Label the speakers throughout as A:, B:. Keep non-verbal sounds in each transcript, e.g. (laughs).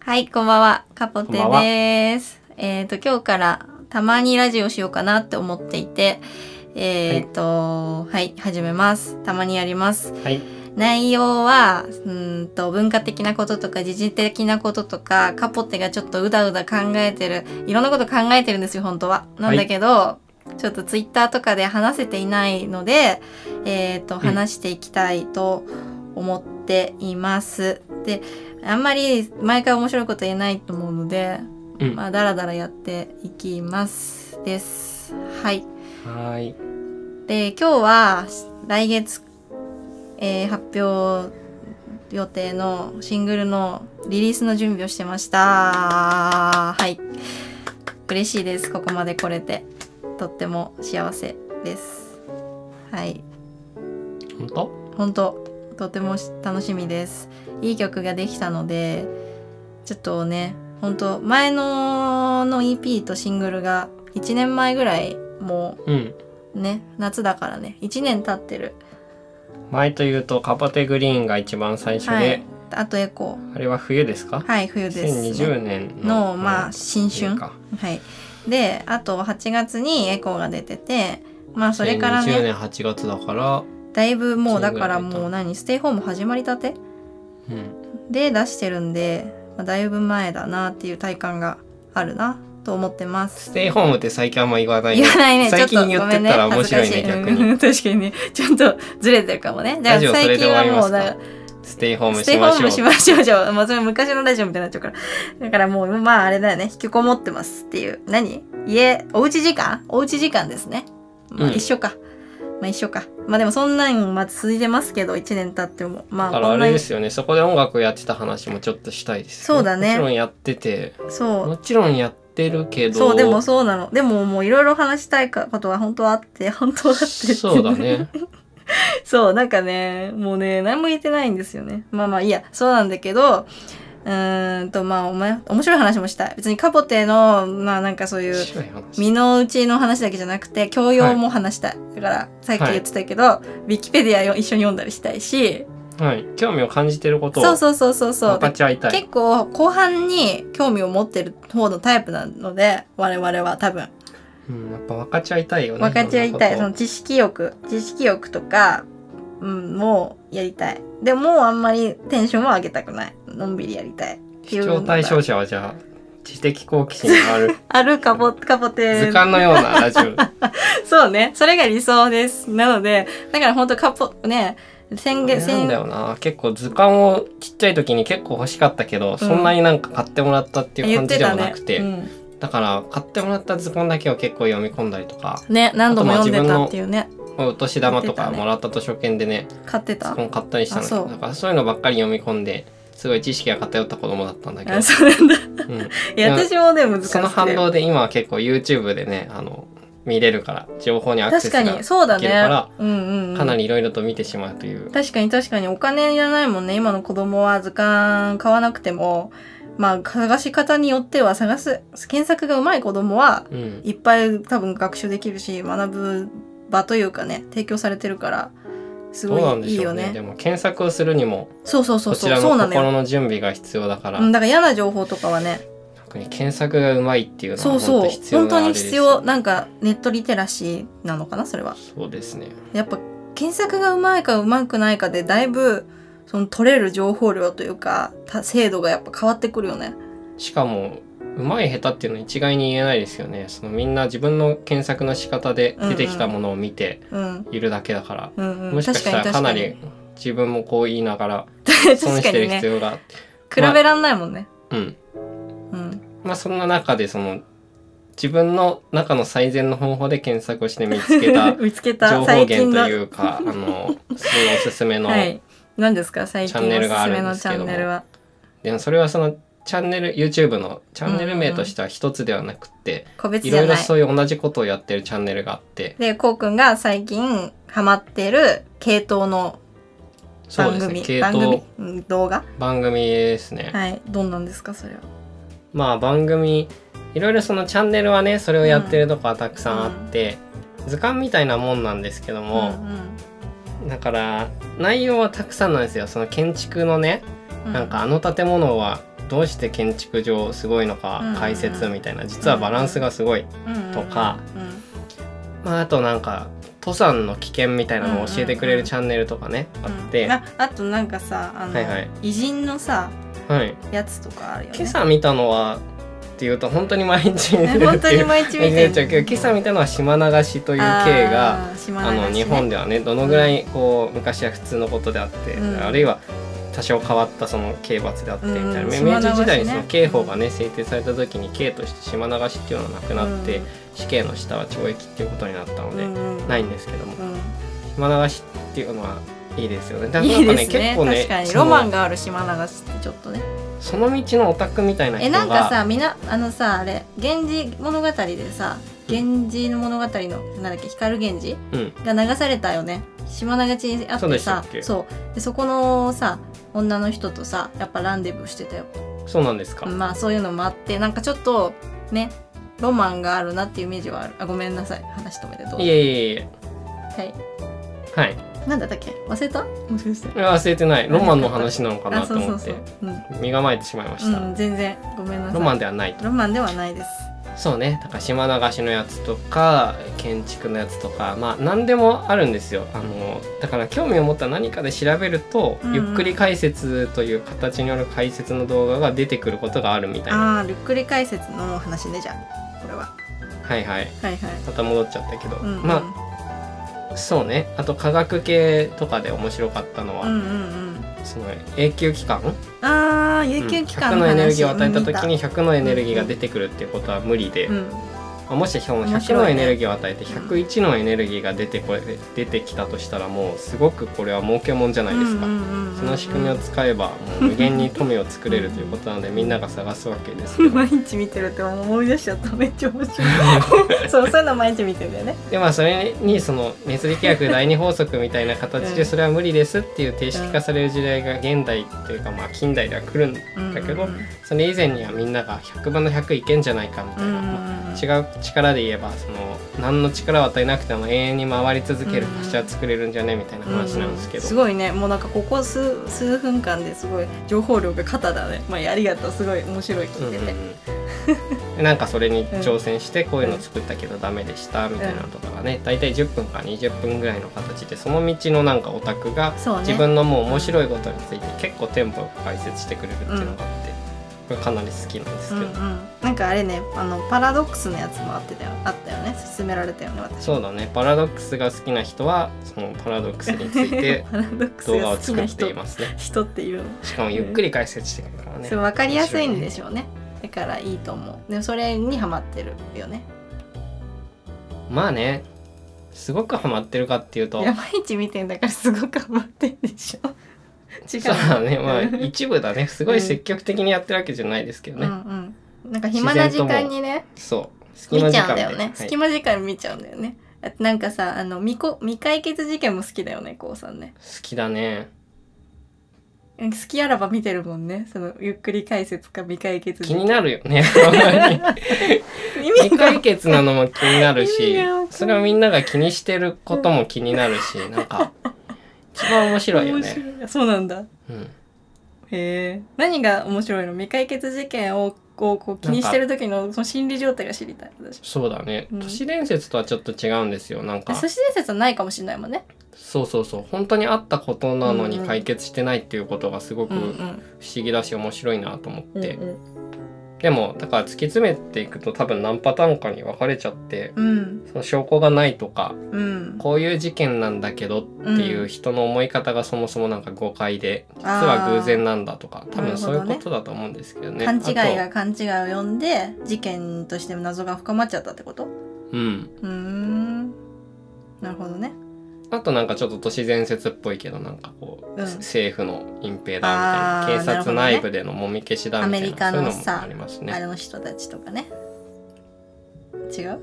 A: はい、こんばんは。カポテ
B: こんばんは
A: です。えっ、と、今日からたまにラジオしようかなって思っていて、えっ、と、はい、始めます。たまにやります。
B: はい。
A: 内容は、うーんと、文化的なこととか、時事的なこととか、カポテがちょっとうだうだ考えてる、いろんなこと考えてるんですよ、本当は。なんだけど、ちょっとツイッターとかで話せていないので、えっ、と、
B: ん
A: 話していきたいと思っています。で、あんまり毎回面白いこと言えないと思うので、
B: うん。
A: ま
B: は
A: あ、だらだらやっていきます。です。はい。
B: ーい。
A: で今日は来月、えー発表予定のシングルのリリースの準備をしてましたはい嬉しいですここまで来れてとっても幸せですはい
B: 本当？
A: 本当とてもし楽しみですいい曲ができたのでちょっとね本当前のの EP とシングルが1年前ぐらいもう
B: うん。
A: ね夏だからね1年経ってる
B: 前というとカパテグリーンが一番最初で、
A: はいあとエコ
B: あれは冬ですか？
A: ーはい冬です、
B: 2020年の
A: のまあ新春
B: か。
A: はいであと8月にエコーが出ててまあそれから
B: 2020
A: ね
B: 年8月だから、
A: だいぶもう
B: 一年
A: だ
B: ぐ
A: から
B: いだ
A: ら
B: と
A: もう何ステイホーム始まりたて
B: うん。
A: で出してるんで、まあ、だいぶ前だなっていう体感があるなと思ってます
B: ステイホームって最近あんま言わないね。
A: 言わないね。
B: 最
A: ちょっ
B: 近
A: と
B: 言
A: ご
B: っ
A: め
B: て
A: ん
B: ったら面白い
A: 恥
B: ね
A: ずかし
B: 逆に。
A: うん確かにね。ちょっとずれてるかもね。じゃあ
B: ラジオそれ
A: 最
B: で終
A: 近
B: わ
A: は
B: りま
A: もう
B: すか
A: だから
B: ステイホーム
A: ス
B: し
A: テイホ
B: ま
A: ー
B: しょ
A: ム
B: う。
A: しましょうじゃあ、まあ、それ昔のラジオみたいになっちゃうから。だからもう、まああれだよね。引きこもってますっていう。何家、おうち時間おうち時間ですね。まあ
B: うん
A: 一緒か。まあ一緒か。まあでもそんなん、まあ続いてますけど、1年経っても。まあ
B: だから
A: こ
B: あ
A: んな
B: れ
A: に
B: で。すよね。そこで音楽やってた話もちょっとしたいです、
A: そうだね
B: もちろんやってて、
A: そ
B: もちろんやってるけ
A: う。
B: ど。
A: そう、でもそうなの。でももういろいろ話したいことが本当はあって、本当はあって。
B: そうだ
A: (laughs)
B: ね。
A: そう、なんかね、もうね、何も言えてないんですよね。まあまあ、いいや、そうなんだけど、うーんと、まあ、お前、面白い話もしたい。別にカポテの、まあなんかそういう、
B: 白い話
A: 身の内の話だけじゃなくて、教養も話したい。だから、さっき言ってたけど、ウィキペディアを一緒に読んだりしたいし、
B: はい、興味を感じてることを
A: そうそうそうそうそう
B: 分。かち合いたい
A: 結構、後半に興味を持ってる方のタイプなので、我々は多分。
B: うん、やっぱ分かち合いたいよね
A: 分かち合いたいそ
B: ろん
A: の
B: なこ
A: 知識欲知識欲とか、うん、もうやりたいでももうあんまりテンションは上げたくないのんびりやりたい
B: と視聴対象者はじゃあ知的好奇心が
A: (laughs)
B: ある
A: あるかぼかぼて
B: 図鑑のようなラジ
A: (laughs)
B: オ
A: そうねそれが理想ですなのでだから本当かぼね先月
B: なんだ
A: 先
B: よな結構図鑑をちっちゃい時に結構欲しかったけど、そんなになんか買ってもらったっていう
A: 言
B: 感
A: って
B: じで
A: た
B: はな
A: ね
B: くて
A: うん、
B: だから買ってもらった図鑑だけを結構読み込んだりとか
A: ね何度も読んでたっていうね
B: お年玉と
A: 言って
B: か
A: たね
B: もらった図書券でね
A: 買って
B: 図
A: た
B: 鑑買ったりしたんだけ
A: あ
B: ど
A: そう
B: だからそういうのばっかり読み込んですごい知識が偏った子供だったんだけど
A: あ、そうなんだ
B: うん、
A: いや
B: いや
A: 私もね難しく
B: そ
A: て
B: の反動で今は結構 YouTube でねあの見れるから情報にアクセ
A: 確
B: スが
A: かにそうだ
B: できるから
A: ねうんうん、うん、
B: かなりいろいろと見てしまうという、
A: 確かに確かにお金いらないもんね今の子供は図鑑買わなくてもまあ探し方によっては探す検索がうまい子供は
B: うん、
A: いっぱい多分学習できるし学ぶ場というかね提供されてるからす
B: どうな
A: ご
B: ん
A: い
B: で
A: いい
B: しょ
A: よ
B: うねで
A: ね
B: も検索をするにも
A: そうそうそ
B: こ
A: う
B: ち
A: そう
B: ら
A: そうな
B: の
A: のよ
B: 心の準備が必要だから、
A: うんだから嫌な情報とかはね
B: 特に検索がうまいっていうの
A: そ
B: は
A: うそう
B: 本当必要
A: 本
B: な
A: 当
B: あれ
A: に
B: です
A: 必
B: よ
A: 要なんかネットリテラシーなのかなそれは
B: そうですね
A: やっぱ検索がうまいかうまくないかでだいぶその取れる情報量というかた精度がやっぱ変わってくるよね。
B: しかもうまい下手っていうのは一概に言えないですよねそのみんな自分の検索の仕方で出てきたものを見て
A: うん
B: いるだけだから、
A: うんうん、
B: もしかしたら
A: 確
B: かな
A: に
B: り自分もこう言いながら
A: (laughs) 確かに
B: 損し
A: 確か
B: てる
A: に
B: 必
A: ね
B: 要があって、
A: 比べらんないもんね、
B: うん
A: うん、
B: まあそんな中でその自分の中の最善の方法で検索をして見つけた
A: (laughs) 見つけた
B: 情報
A: 最近
B: 源
A: の
B: というかあのそのおすすめ
A: (laughs)
B: の、
A: はい何ですか最近
B: チャンネ
A: おす
B: ルがあ
A: すめ
B: るん
A: の
B: です
A: チ
B: け
A: ャ
B: ども
A: ンネルは
B: でもそれはそのチャンネル YouTube のチャンネル名としては一つではなくって、
A: 個別
B: い
A: じゃ
B: ろいろ
A: ない
B: そういう同じことをやってるチャンネルがあって
A: でこうくんが最近ハマってる系統の
B: そう
A: 番
B: です
A: 組
B: ね系
A: 番組
B: 統、
A: うん動画
B: 番組ですね、
A: はいどんなんですかそれは
B: まあ番組いろいろそのチャンネルはねそれをやってるとこはたくさんあって、図鑑みたいなもんなんですけども、だから内容はたくさんなんですよその建築のね
A: うう
B: なんかあの建物はどうして建築上すごいの
A: うんうん
B: か解説みたいな実はバランスがすごい、
A: うん
B: とか、
A: うんうん
B: まあ、あとなんか登山の危険みたいなのを教えてくれるチャンネルとかね、あって、
A: ああとなんかさあの、
B: はいはい
A: 偉人のさ
B: はい、
A: やつとかあるよね
B: 今朝見たのはっていうと本当に毎日見てるっていう
A: 本当に毎日見てる
B: 感じになっちゃう (laughs) けど今朝見たのは島流しという系が
A: あー島
B: あ,、
A: 流しね
B: の日本ではねどのぐらいこう、昔は普通のことであって、
A: うん
B: あるいは多少変わったその刑罰であってみたいな、
A: うん
B: 明
A: 島流しね
B: 治時代にその刑法がね制定された時に刑として島流しっていうのはなくなって、
A: うん
B: 死刑の下は懲役っていうことになったので、
A: うんうん
B: ないんですけども
A: うん
B: 島流しっていうのはいいです
A: (laughs)
B: よね。だから
A: いい
B: なんか
A: ですね
B: 結構ね
A: 確かに
B: その
A: ロマンがある島流しってちょっとね
B: その道のオタクみたいな
A: え
B: 人が
A: なんかさみなあのさあれ「源氏物語」でさ源氏の物語のなんだっけ光源氏
B: うん、
A: が流されたよね島流しにあっ
B: そうで
A: て
B: した
A: さ
B: っけ
A: そうでそこのさ女の人とさやっぱランデブーしてたよ
B: そうなんですか。
A: まあそういうのもあってなんかちょっとねロマンがあるなっていうイメージはあるあごめんなさい話止めてどう
B: いえいえいえ。
A: はい
B: はい。
A: なんだったっけ忘れた忘れてた
B: 忘れてない。ロマンの話なのかな
A: あ
B: と
A: そうそ
B: 思
A: う
B: っ
A: そ
B: て
A: う、うん
B: 身構えてしまいました。
A: うん、全然ごめんなさい
B: ロマンではないと。
A: ロマンではないです
B: そうね。だから島流しのやつとか、建築のやつとか、まあ何でもあるんですよ。あの、だから興味を持った何かで調べると、
A: うん
B: ゆっくり解説という形による解説の動画が出てくることがあるみたいな。
A: ああルックリ解説の話ねじゃあこれは
B: はいはい。
A: はいはい、
B: また戻っちゃったけど、
A: うんうん、
B: まあそうねあと科学系とかで面白かったのは、
A: うんうんうん
B: その永久期間
A: ああ有給期間の話、
B: 100のエネルギーを与えた時
A: うん見
B: に100のエネルギーが出てくるっていうことは無理で、
A: たうん
B: まあもしその
A: 面
B: 100
A: 白
B: の
A: いね
B: エネルギーを与えて101のエネルギーが出てこ出てきたとしたらもうすごくこれは儲けもんじゃないですか、
A: うんうんうんうん
B: その仕組みを使えばもう無限に富を作れるということなのでみんなが探すわけですけど
A: 毎日見てるって思い出しちゃっためっちゃ面
B: (laughs)
A: 白いそうそういうの毎日見てるんだよね
B: でまあそれにその熱力学第二法則みたいな形
A: う
B: で
A: ん
B: それは無理ですっていう定式化される時代が現代というかまあ近代では来るんだけど
A: うんうんうん
B: それ以前にはみんなが100分の100いけんじゃないかみたいな、まあ違う力で言えばその何の力を与えなくても永遠に回り続ける
A: うん
B: 橋は作れるんじゃねみたいな話なんですけ
A: うんす
B: ど、
A: ごいねもうなんかここ数数分間ですごい情報量が肩だね、まあ、ありがとうすごい面白い
B: うん
A: 聞
B: う
A: い
B: ん
A: てて、
B: うんでなんかそれに挑戦してこういうの作ったけどダメでしたみたいなのとかがね大体10分か20分ぐらいの形でその道のなんかオタクが
A: そうね
B: 自分のもう面白いことについて結構テンポよく解説してくれるっていうのがあって、これかなり好きなんです
A: うん
B: け
A: う
B: ど、
A: ん、なんかあれねあのパラドックスのやつもあってたよあったよね勧められたよね私
B: そうだねパラドックスが好きな人はそのパラドックスについて
A: (laughs) パラドックス
B: 動画
A: が
B: を
A: 好き
B: 作
A: な
B: って
A: 人
B: いますね
A: 人っていうの
B: しかもゆっくり解説してくれるからね
A: それ分かりやすいんでしょうねだからいいと思うでもそれにハマってるよね
B: まあねすごくハマってるかっていうと
A: いや毎日見てんだからすごくハマってんでしょ違う
B: そうだねまあ一部だねすごい積極的にやってるわけじゃないですけど
A: う
B: ね、
A: んうんなんか暇な時間にね
B: そう隙
A: 見
B: 間
A: ち
B: 時
A: ゃうん
B: 間
A: だ
B: で
A: よね、
B: はい
A: 隙間時間見ちゃうんだよねあなんかさあの未こ未解決事件も好きだよねこうさんね
B: 好きだね
A: うん好きあらば見てるもんねそのゆっくり解説か未解決
B: 気
A: 事
B: に
A: 件
B: なるよね (laughs) あんまり
A: 意味
B: 未
A: が
B: 解決なのも気になる
A: 意味
B: し
A: がわかんない
B: それをみんなが気にしてることも気になる
A: (laughs)
B: しなんか一番面白いよね、
A: 面白いそうなんだ
B: うん、
A: へえ何が面白いの未解決事件をこうこう気にしてる時のその心理状態が知りたい私
B: そうだね、
A: うん
B: 都市伝説とはちょっと違うんですよなんか
A: 寿司伝説はないかもしれないもんね
B: そうそうそう本当にあったことなのに解決してないっていうことがすごく
A: う
B: 不
A: んう
B: 思
A: ん
B: 議だし面白いなと思っ
A: うん
B: て、でもだから突き詰めていくと多分何パターンかに分かれちゃって
A: うん
B: その証拠がないとか
A: うん
B: こういう事件なんだけどっていう人の思い方がそもそもなんか誤解で、実は偶然なんだとか
A: ー
B: 多分そういう
A: なるほどね
B: ことだと思うんですけどね。
A: 勘違いが
B: あと
A: 勘違いを呼んで事件としての謎が深まっちゃったってこと
B: うん。
A: うーんなるほどね
B: あとなんかちょっと都市伝説っぽいけどなんかこ
A: う
B: う、
A: ん
B: 政府の隠蔽だみたい
A: あー
B: な警察内部でのもみ消しだみたい
A: な
B: な
A: るほどね
B: そういうのもあります
A: あ
B: ね。
A: の人たちとかね違う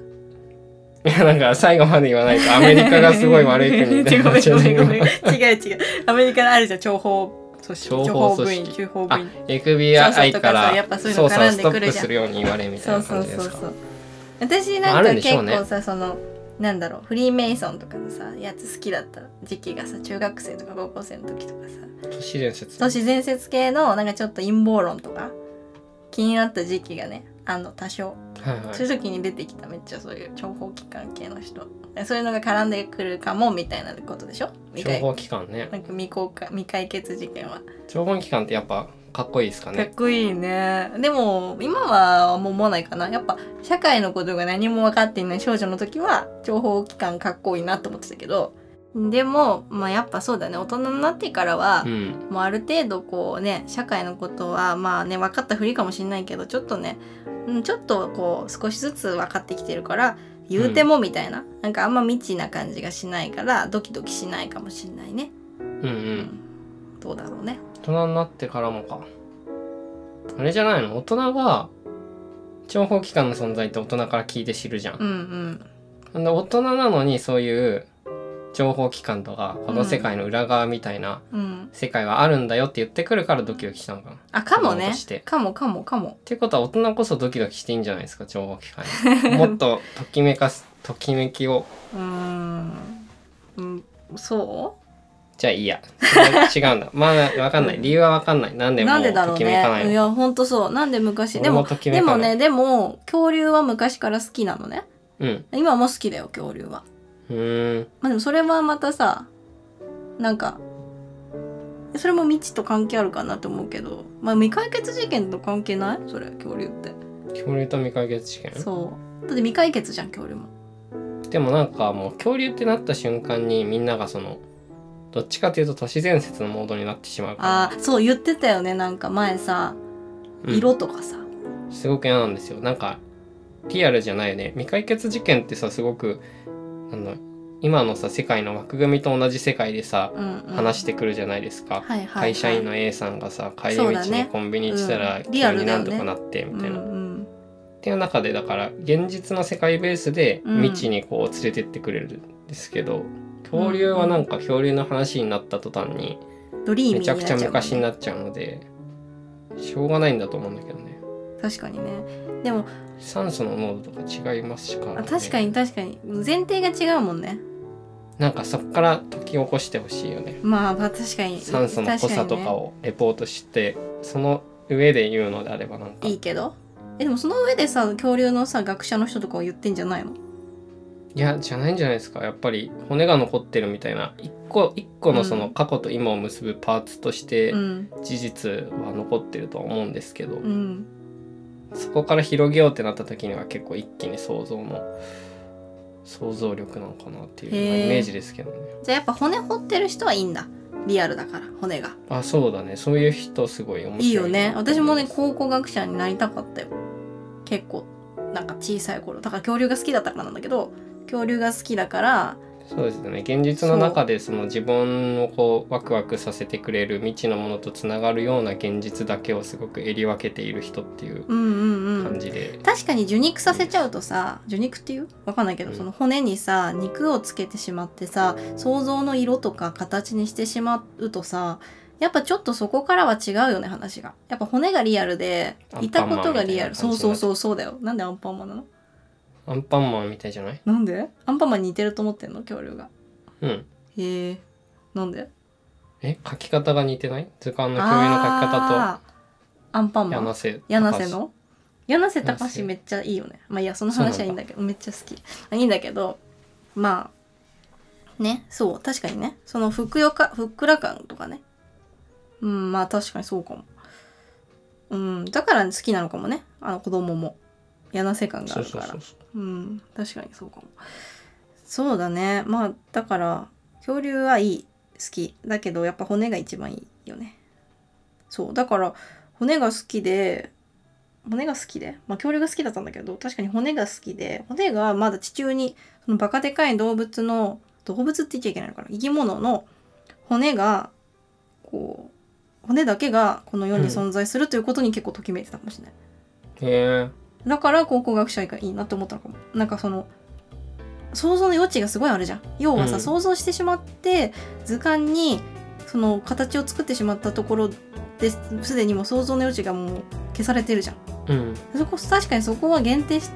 B: いやなんか最後まで言わないとアメリカがすごい悪い国みたいな
A: (laughs) ごめんごめんごめん
B: あ
A: 違う違うアメリカのあるじゃん諜報組織
B: 諜報組織
A: 諜報部員諜報部員
B: FBI か
A: そうそうとかそうや
B: ら
A: っぱそういうの
B: 捜査
A: 絡
B: を
A: ん
B: ス
A: で
B: ト
A: く
B: ッ
A: る
B: プ
A: じゃん
B: するように言われみたい
A: そう
B: な
A: そ
B: 感
A: う
B: じで
A: そう
B: す
A: そ
B: か
A: う私
B: まあ
A: な
B: あ
A: ん
B: る
A: か
B: んでし
A: 結
B: ょうね
A: 構さ、そのなんだろうフリーメイソンとかのさやつ好きだった時期がさ中学生とか高校生の時とかさ
B: 都市伝説
A: 都市伝説系のなんかちょっと陰謀論とか気になった時期がねあの多少、
B: はいは
A: そう
B: い
A: いう時に出てきためっちゃそういう情報機関系の人そういうのが絡んでくるかもみたいなことでしょ未
B: 情
A: 解
B: 報機関ね
A: なんか未公開未解決事件は
B: 情報機関ってやっぱかっこいいです
A: か
B: か
A: っ
B: ね
A: こいいねでも今はもう思わないかなやっぱ社会のことが何も分かっていない少女の時は情報機関かっこいいなと思ってたけどでも、まあ、やっぱそうだね大人になってからは、
B: うん
A: もうある程度こうね社会のことはまあね分かったふりかもしれないけどちょっとね、うん、ちょっとこう少しずつ分かってきてるから言うてもみたいな、なんかあんま未知な感じがしないからドキドキしないかもしれないね、
B: うんう
A: うんどうだろうね
B: 大人になってからもかあれじゃないの大人が情報機関の存在って大人から聞いて知るじゃ
A: うん
B: ん、
A: うん
B: なんで大人なのにそういう情報機関とかこの世界の裏側みたいな
A: うん
B: 世界はあるんだよって言ってくるからドキドキしたのかなっ
A: あかも
B: 子供
A: ね
B: として
A: かもかもかも
B: ていうことは大人こそドキドキしていいんじゃないですか情報機
A: (laughs)
B: 関にもっとときめかすときめきを
A: うーんうんそ
B: じゃあいいやそれ違う
A: (laughs)
B: んだまあわかんない理由はわかんないなん
A: う
B: でも
A: なんで
B: う
A: だろ
B: と
A: う
B: きめかな
A: ね
B: い
A: い
B: の
A: やほんとそうなんで昔で
B: 俺も
A: も
B: ときめ
A: で
B: か
A: も
B: ない
A: ねでも恐竜は昔から好きなのね
B: うん
A: 今も好きだよ恐竜は
B: うーん
A: まあでもそれはまたさなんかそれも未知と関係あるかなと思うけどまあ未解決事件と関係ないそれ恐竜って
B: 恐竜と未解決事件
A: そうだって未解決じゃん恐竜も
B: でもなんかもう恐竜ってなった瞬間にみんながそのどっちかというと都市伝説のモードになってしまうから
A: ああそう言ってたよねなんか前さ
B: うん
A: 色とかさ、
B: すごく嫌なんですよなんかリアルじゃないよね未解決事件ってさすごくなんだ今のさ世界の枠組みと同じ世界でさ
A: うんうん
B: 話してくるじゃないです
A: は
B: か、
A: いはいはい
B: 会社員の A さんがさ帰り
A: そう
B: 道
A: だ
B: に
A: ね
B: コンビニ行ってたら
A: う
B: 急
A: んリアル
B: に
A: だよ
B: な
A: ね
B: んとかなってみたいな、
A: うんうん
B: っていう中でだから現実の世界ベースで
A: うん
B: 未知にこう連れてってくれるんですけど、恐竜はなんか恐竜の話になった途端に
A: ドリーミー
B: め
A: に
B: ち
A: な
B: ゃ
A: っ
B: く
A: ち
B: ち
A: ゃ
B: ゃ
A: うもんね
B: 昔になっちゃうのでしょうがないんだと思うんだけどね
A: 確かにねでも
B: 酸素の濃度とか違いますから、
A: あ
B: ね、
A: 確かに確かに前提が違うもんね
B: なんかそこから解き起こしてほしいよね
A: まあまあ確かに
B: 酸素の濃さと
A: 確に
B: か
A: ね
B: をレポートして、その上で言うのであればなんか
A: いいけどえでもその上でさ恐竜のさ学者の人とかは言ってんじゃないの
B: いやじゃないんじゃないですかやっぱり骨が残ってるみたいな一個一個のそうの
A: ん
B: 過去と今を結ぶパーツとして
A: うん
B: 事実は残ってるとは思うんですけど、
A: うん
B: そこから広げようってなった時には結構一気に想像の想像力なのかなっていう
A: へー
B: イメージですけどね
A: じゃあやっぱ骨掘ってる人はいいんだリアルだから骨が
B: あそうだねそういう人すごい面白い
A: いいよね
B: なと
A: 私
B: 思
A: も
B: い
A: ね
B: ます
A: 考古学者になりたかったよ結構なんか小さい頃だから恐竜が好きだったからなんだけど恐竜が好きだから
B: そうですね現実の中でその自分をこうワクワクさせてくれる未知のものとつながるような現実だけをすごく襟分けている人っていう
A: うんうんう
B: 感
A: ん
B: じで、
A: 確かに受肉させちゃうとさ受肉っていうわかんないけど、
B: うん
A: その骨にさ肉をつけてしまってさ想像の色とか形にしてしまうとさやっぱちょっとそこからは違うよね話がやっぱ骨がリアルで
B: ア
A: い
B: ンパ
A: た
B: ンマン
A: ことがリアル
B: みた
A: そ
B: いな感
A: う
B: じに
A: そうそ
B: なっちゃう
A: うそうだよなんでアンパンマンなの
B: アンパンマンみたいじゃない
A: なんでアンパンマンに似てると思ってんの恐竜が
B: うん
A: へえなんで
B: え書き方が似てない図鑑の恐竜の書き方
A: あーアンパン
B: と
A: マン
B: 柳瀬
A: 柳瀬の柳瀬
B: 柳
A: 隆
B: 瀬
A: 史めっちゃいいよねまあいやその話はいいんだけどめっちゃ好きあいいんだけどまあねそう確かにねそのふくよかふっくら感とかねうんまあ確かにそうかもうんだから好きなのかもねあの子供も柳瀬感があ
B: そう
A: るか
B: そう
A: ら
B: そうそう
A: うん確かにそうかもそうだねまあだから恐竜はいい好きだけどやっぱ骨が一番いいよねそうだから骨が好きで骨が好きでまあ恐竜が好きだったんだけど確かに骨が好きで骨がまだ地中にそのバカでかい動物の動物って言っちゃいけないのかな生き物の骨がこう骨だけがこの世に存在するということに結構ときめいてたかもしれない
B: へ
A: だから考古学者がいいなって思ったのかもなんかその想像の余地がすごいあるじゃん要はさ、
B: うん
A: 想像してしまって図鑑にその形を作ってしまったところですでにもう想像の余地がもう消されてるじゃん
B: えうん
A: そこ確かにそこは限定し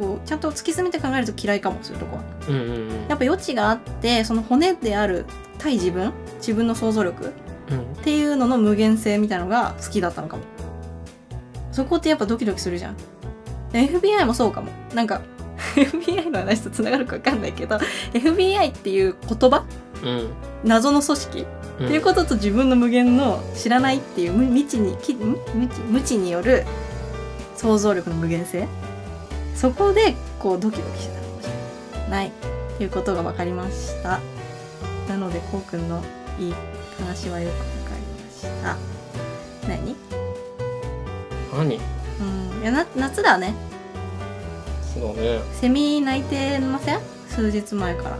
A: こうちゃんと突き詰めて考えると嫌いかもそういうとこは
B: うんうんうん
A: やっぱ余地があってその骨である対自分自分の想像力
B: うん
A: っていうのの無限性みたいのが好きだったのかもそこってやっぱドキドキするじゃん。で FBI もそうかも。なんか、FBI の話と繋がるかわかんないけど、FBI っていう言葉
B: うんうん
A: 謎の組織っていうことと自分の無限の知らないっていう無無知にき無無知無知による想像力の無限性そこでこうドキドキしてたかもしれないっていうことが分かりましたなのでこうくんのいい話はよく分かりました何
B: 何
A: うんいやな夏だね
B: そうね
A: セミ鳴いてません数日前から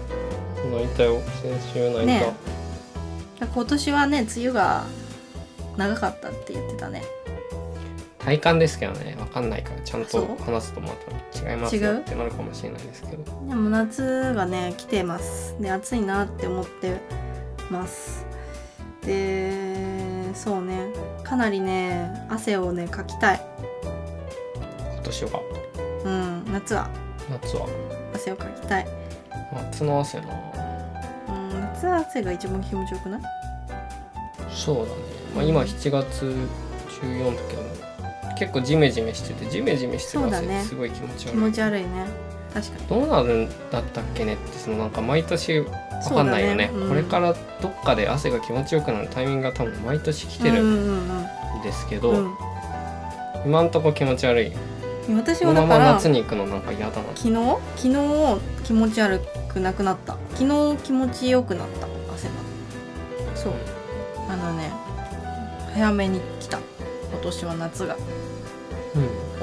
B: 泣いたよ先週泣いた、
A: ね今年はね梅雨が長かったって言ってたね
B: 体感ですけどね分かんないからちゃん
A: そ
B: と
A: う
B: 話すとまた違います
A: 違
B: よ
A: う
B: ってなるかもしれないですけど
A: でも夏がね来てますで暑いなって思ってますでそうねかなりね汗をねかきたい
B: 今年は
A: うん夏は
B: 夏は
A: 汗をかきたい、
B: 夏の汗な
A: うん、夏は汗が一番気持ちよくない
B: そうだね、まあ、今7月14だけど結構ジメジメしててジメジメしてる
A: そう
B: 汗っ
A: だ
B: て
A: ね
B: すごい気持ち悪い、
A: 気持ち悪いね確かに
B: どうなるんだったっけねってそのなんか毎年わかんないよね
A: そうだねうん
B: これからどっかで汗が気持ちよくなるタイミングが多分毎年来て
A: う
B: る
A: んうん
B: んですけ
A: う
B: ど、
A: ん、
B: 今んとこ気持ち悪い
A: うん、私
B: こ
A: は
B: の
A: だ
B: まま
A: から
B: 夏
A: 昨
B: に行くのなんか嫌だな
A: 日昨日気持ち悪くなくなった昨日気持ちよくなった汗がそうあのね早めに来た今年は夏が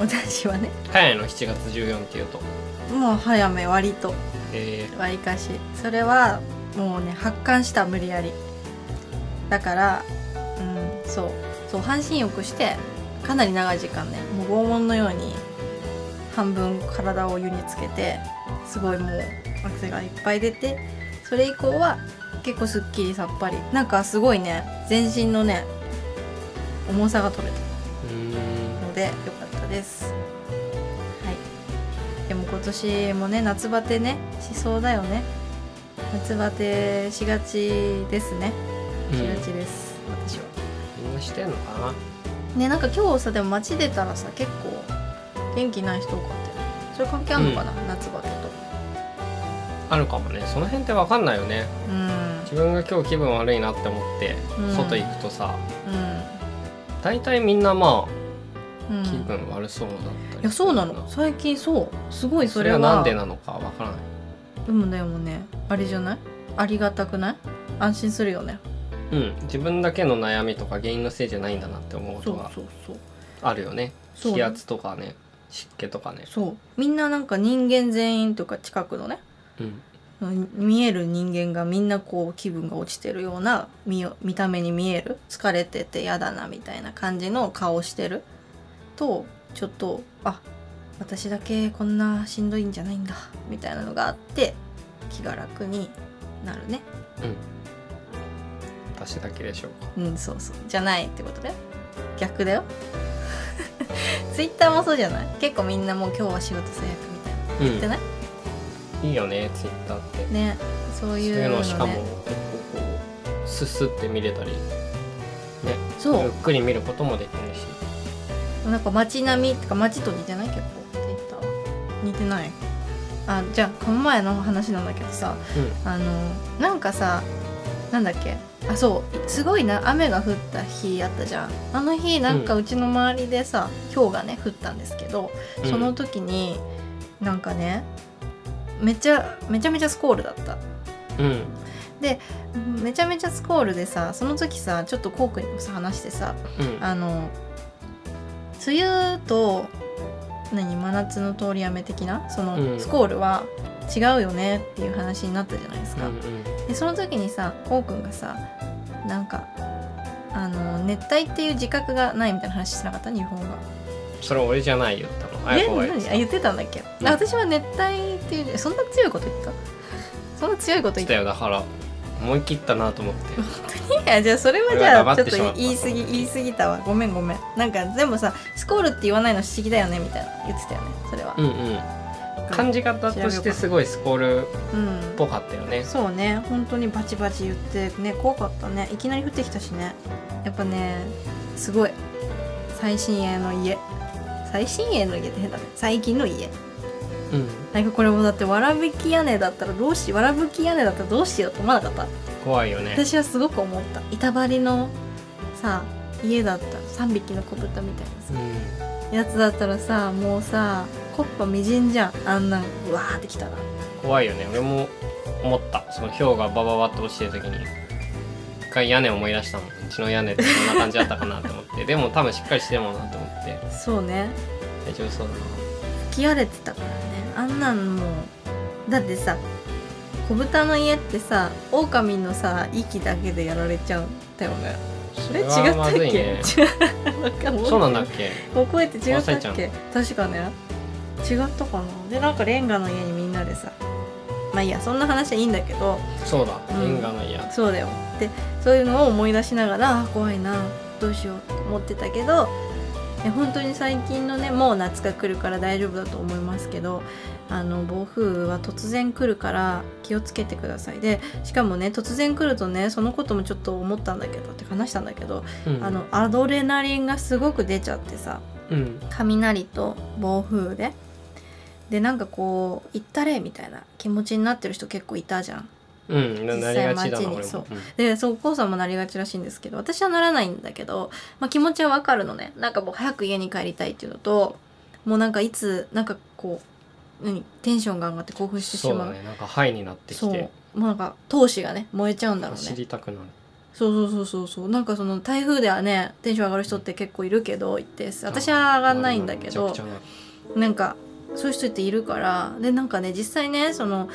B: うん
A: 私はね
B: 早いの7月14っていうと
A: もう早め割と
B: え
A: 割かしそれはもうね発汗した無理やりだからうんそうそう半身浴してかなり長い時間ねもう拷問のように半分体を湯につけてすごいもう汗がいっぱい出てそれ以降は結構すっきりさっぱりなんかすごいね全身のね重さが取れた
B: ー、うーん
A: ので良かったです。はい。でも今年もね夏バテねしそうだよね。夏バテしがちですね。
B: うん
A: しがちです、私は。
B: みんなしてんのかな
A: ねなんか今日さでも街出たらさ結構元気ない人多かったよね。それ関係あるのかな、夏バテと。
B: あるかもねその辺ってわかんないよね
A: うん
B: 自分が今日気分悪いなって思って
A: うん
B: 外行くとさ、
A: う
B: 大体みんなま
A: んうん。
B: あ気分悪そうだったり
A: いやそうなの最近そうすごいそ
B: そ
A: れ
B: れ
A: は
B: はなんでなのかわからない
A: でもねでもねあれじゃないありがたくない安心するよね
B: うん、自分だけの悩みとか原因のせいじゃないんだなって思うこ
A: そ
B: と
A: う
B: が
A: そうそう
B: あるよね
A: そう
B: 気圧とかね湿気とかね、
A: そうみんななんか人間全員とか近くのね
B: うん、
A: 見える人間がみんなこう気分が落ちてるような見よ見た目に見える疲れてて嫌だなみたいな感じの顔してるとちょっとあ私だけこんなしんどいんじゃないんだみたいなのがあって気が楽になるね
B: 私だけでしょうか
A: うんそうそうじゃないってことね逆だよ (laughs) ツイッターもそうじゃない結構みんなもう今日は仕事最悪みたいな言ってない、
B: うん、いいよねツイッターって
A: ねそう
B: そう
A: い
B: いう
A: うの
B: の
A: ね
B: しかも結構こうスッスって見れたりゆ
A: そ
B: っくり見ることもできるし
A: うなんか街並みとか街と似てない結構ツイッター似てないあじゃあこの前の話なんだけどさあのなんかさなんだっけあそうすごいな雨が降った日あったじゃんあの日なんかうちの周りでさ、氷がね降ったんですけど
B: うん、
A: その
B: うん
A: 時になんかねめちゃめちゃめちゃスコールだった
B: うん
A: めちゃめちゃスコールでさその時さちょっとコウ君にもさ話してさ
B: うん
A: あの梅雨と何真夏の通り雨的なその、
B: うん
A: スコールは違うよねっていう話になったじゃないですか、でその時にさこうくんがさなんかあの熱帯っていう自覚がないみたいな話してなかった日本が
B: それ俺じゃないよ多分あや
A: え
B: こが言っ
A: 何
B: て
A: あ言ってたんだっけ、
B: うん
A: あ私は熱帯っていうそんな強いこと言ったそんな強いこと
B: た
A: 言
B: 来
A: ったた
B: よだから思い切ったなと思って
A: いやじゃあそれはじ
B: 俺は
A: ゃ
B: 黙
A: あ
B: っ
A: ちょっ
B: て
A: と
B: しまった
A: 言い過ぎ言い過ぎたわごめんごめんなんか全部さスコールって言わないの不思議だよねみたいな言ってたよねそれは
B: うんうん感じ方としてすごいスコールっ
A: うん
B: ぽかったよね
A: そうね本当にバチバチ言ってね怖かったねいきなり降ってきたしねやっぱねすごい最新鋭の家最新鋭の家って変だね最近の家
B: うん
A: なんかこれもだってわらぶき屋根だったらどうしわらぶき屋根だったらどうしようと思わなかった
B: 怖いよね
A: 私はすごく思った板張りのさ家だったら3匹の子豚みたいなさ
B: うん
A: やつだったらさもうさコッパみじんじゃんあんなんうわーってきたら
B: 怖いよね俺も思ったその氷がバババって落ちてる時に一回屋根思い出したもんうちの屋根ってこんな感じだったかなと思って (laughs) でも多分しっかりしてるもんなと思って
A: そうね
B: 大丈夫そうだな
A: 吹き荒れてたからねあんなんもうだってさ小豚の家ってさ狼のさ息だけでやられちゃうんだよね
B: そ
A: え違っ
B: は
A: た
B: ま
A: っけ、
B: ずいね
A: (laughs) なんかも
B: (laughs) そうなんだっけ
A: もう声って違った
B: 忘れちゃ
A: っ
B: う
A: け確かね違ったかなでなんかレンガの家にみんなでさまあいいやそんな話はいいんだけど
B: そうだ
A: うん
B: 縁がないや
A: そうだよでそういうのを思い出しながらあ怖いなどうしようって思ってたけどえ本当に最近のねもう夏が来るから大丈夫だと思いますけどあの暴風雨は突然来るから気をつけてくださいでしかもね突然来るとねそのこともちょっと思ったんだけどって話したんだけど、
B: うん
A: あのアドレナリンがすごく出ちゃってさ
B: うん
A: 雷と暴風雨ででなんかこう行ったれみたいな気持ちになってる人結構いたじゃん
B: うんな
A: 実際
B: なりがちだ
A: 街
B: な
A: に
B: 俺
A: そ
B: も
A: うでそうお父さんもなりがちらしいんですけど私はならないんだけど、まあ、気持ちはわかるのねなんかもう早く家に帰りたいっていうのともうなんかいつなんかこう何テンションが上がって興
B: う
A: 奮
B: ん
A: してし
B: そう
A: ま
B: だ
A: う
B: ねなんかハイになってき
A: そう
B: て
A: もうなんか闘志がね燃えちゃうんだろう
B: 走
A: ね
B: りたくなる
A: そうそうそうそうそうなんかその台風ではねテンション上がる人って結構いるけど一定数私は上がんないんだけど
B: めちゃくちゃなる
A: なんかそういう人っているからでなんかね実際ねその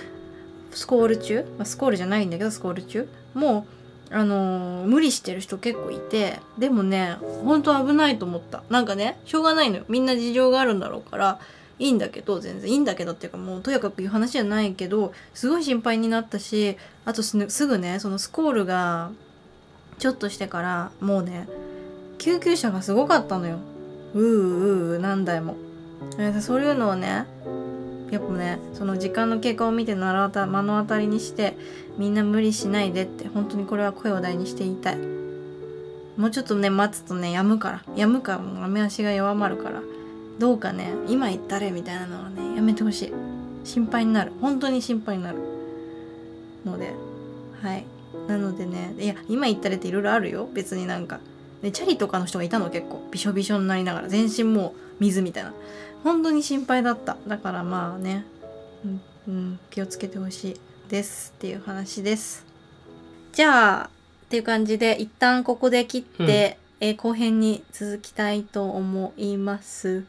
A: スコール中、まあ、スコールじゃないんだけどスコール中もう、あのー無理してる人結構いてでもね本当危ないと思ったなんかねしょうがないのよみんな事情があるんだろうからいいんだけど全然いいんだけどっていうかもうとやかく言う話じゃないけどすごい心配になったしあとす,、すぐねそのスコールがちょっとしてからもうね救急車がすごかったのようーうーうー何台もえーそういうのをねやっぱねその時間の経過を見てならた目の当たりにしてみんな無理しないでって本当にこれは声を大にして言いたいもうちょっとね待つとねやむからやむからもう雨足が弱まるからどうかね今行ったれみたいなのはねやめてほしい心配になる本当に心配になるのではいなのでねいや今行ったれっていろいろあるよ別になんかでチャリとかの人がいたの結構びしょびしょになりながら全身もう水みたいな本当に心配だっただからまあね、うんうん、気をつけてほしいですっていう話ですじゃあっていう感じで一旦ここで切って、えー後編に続きたいと思います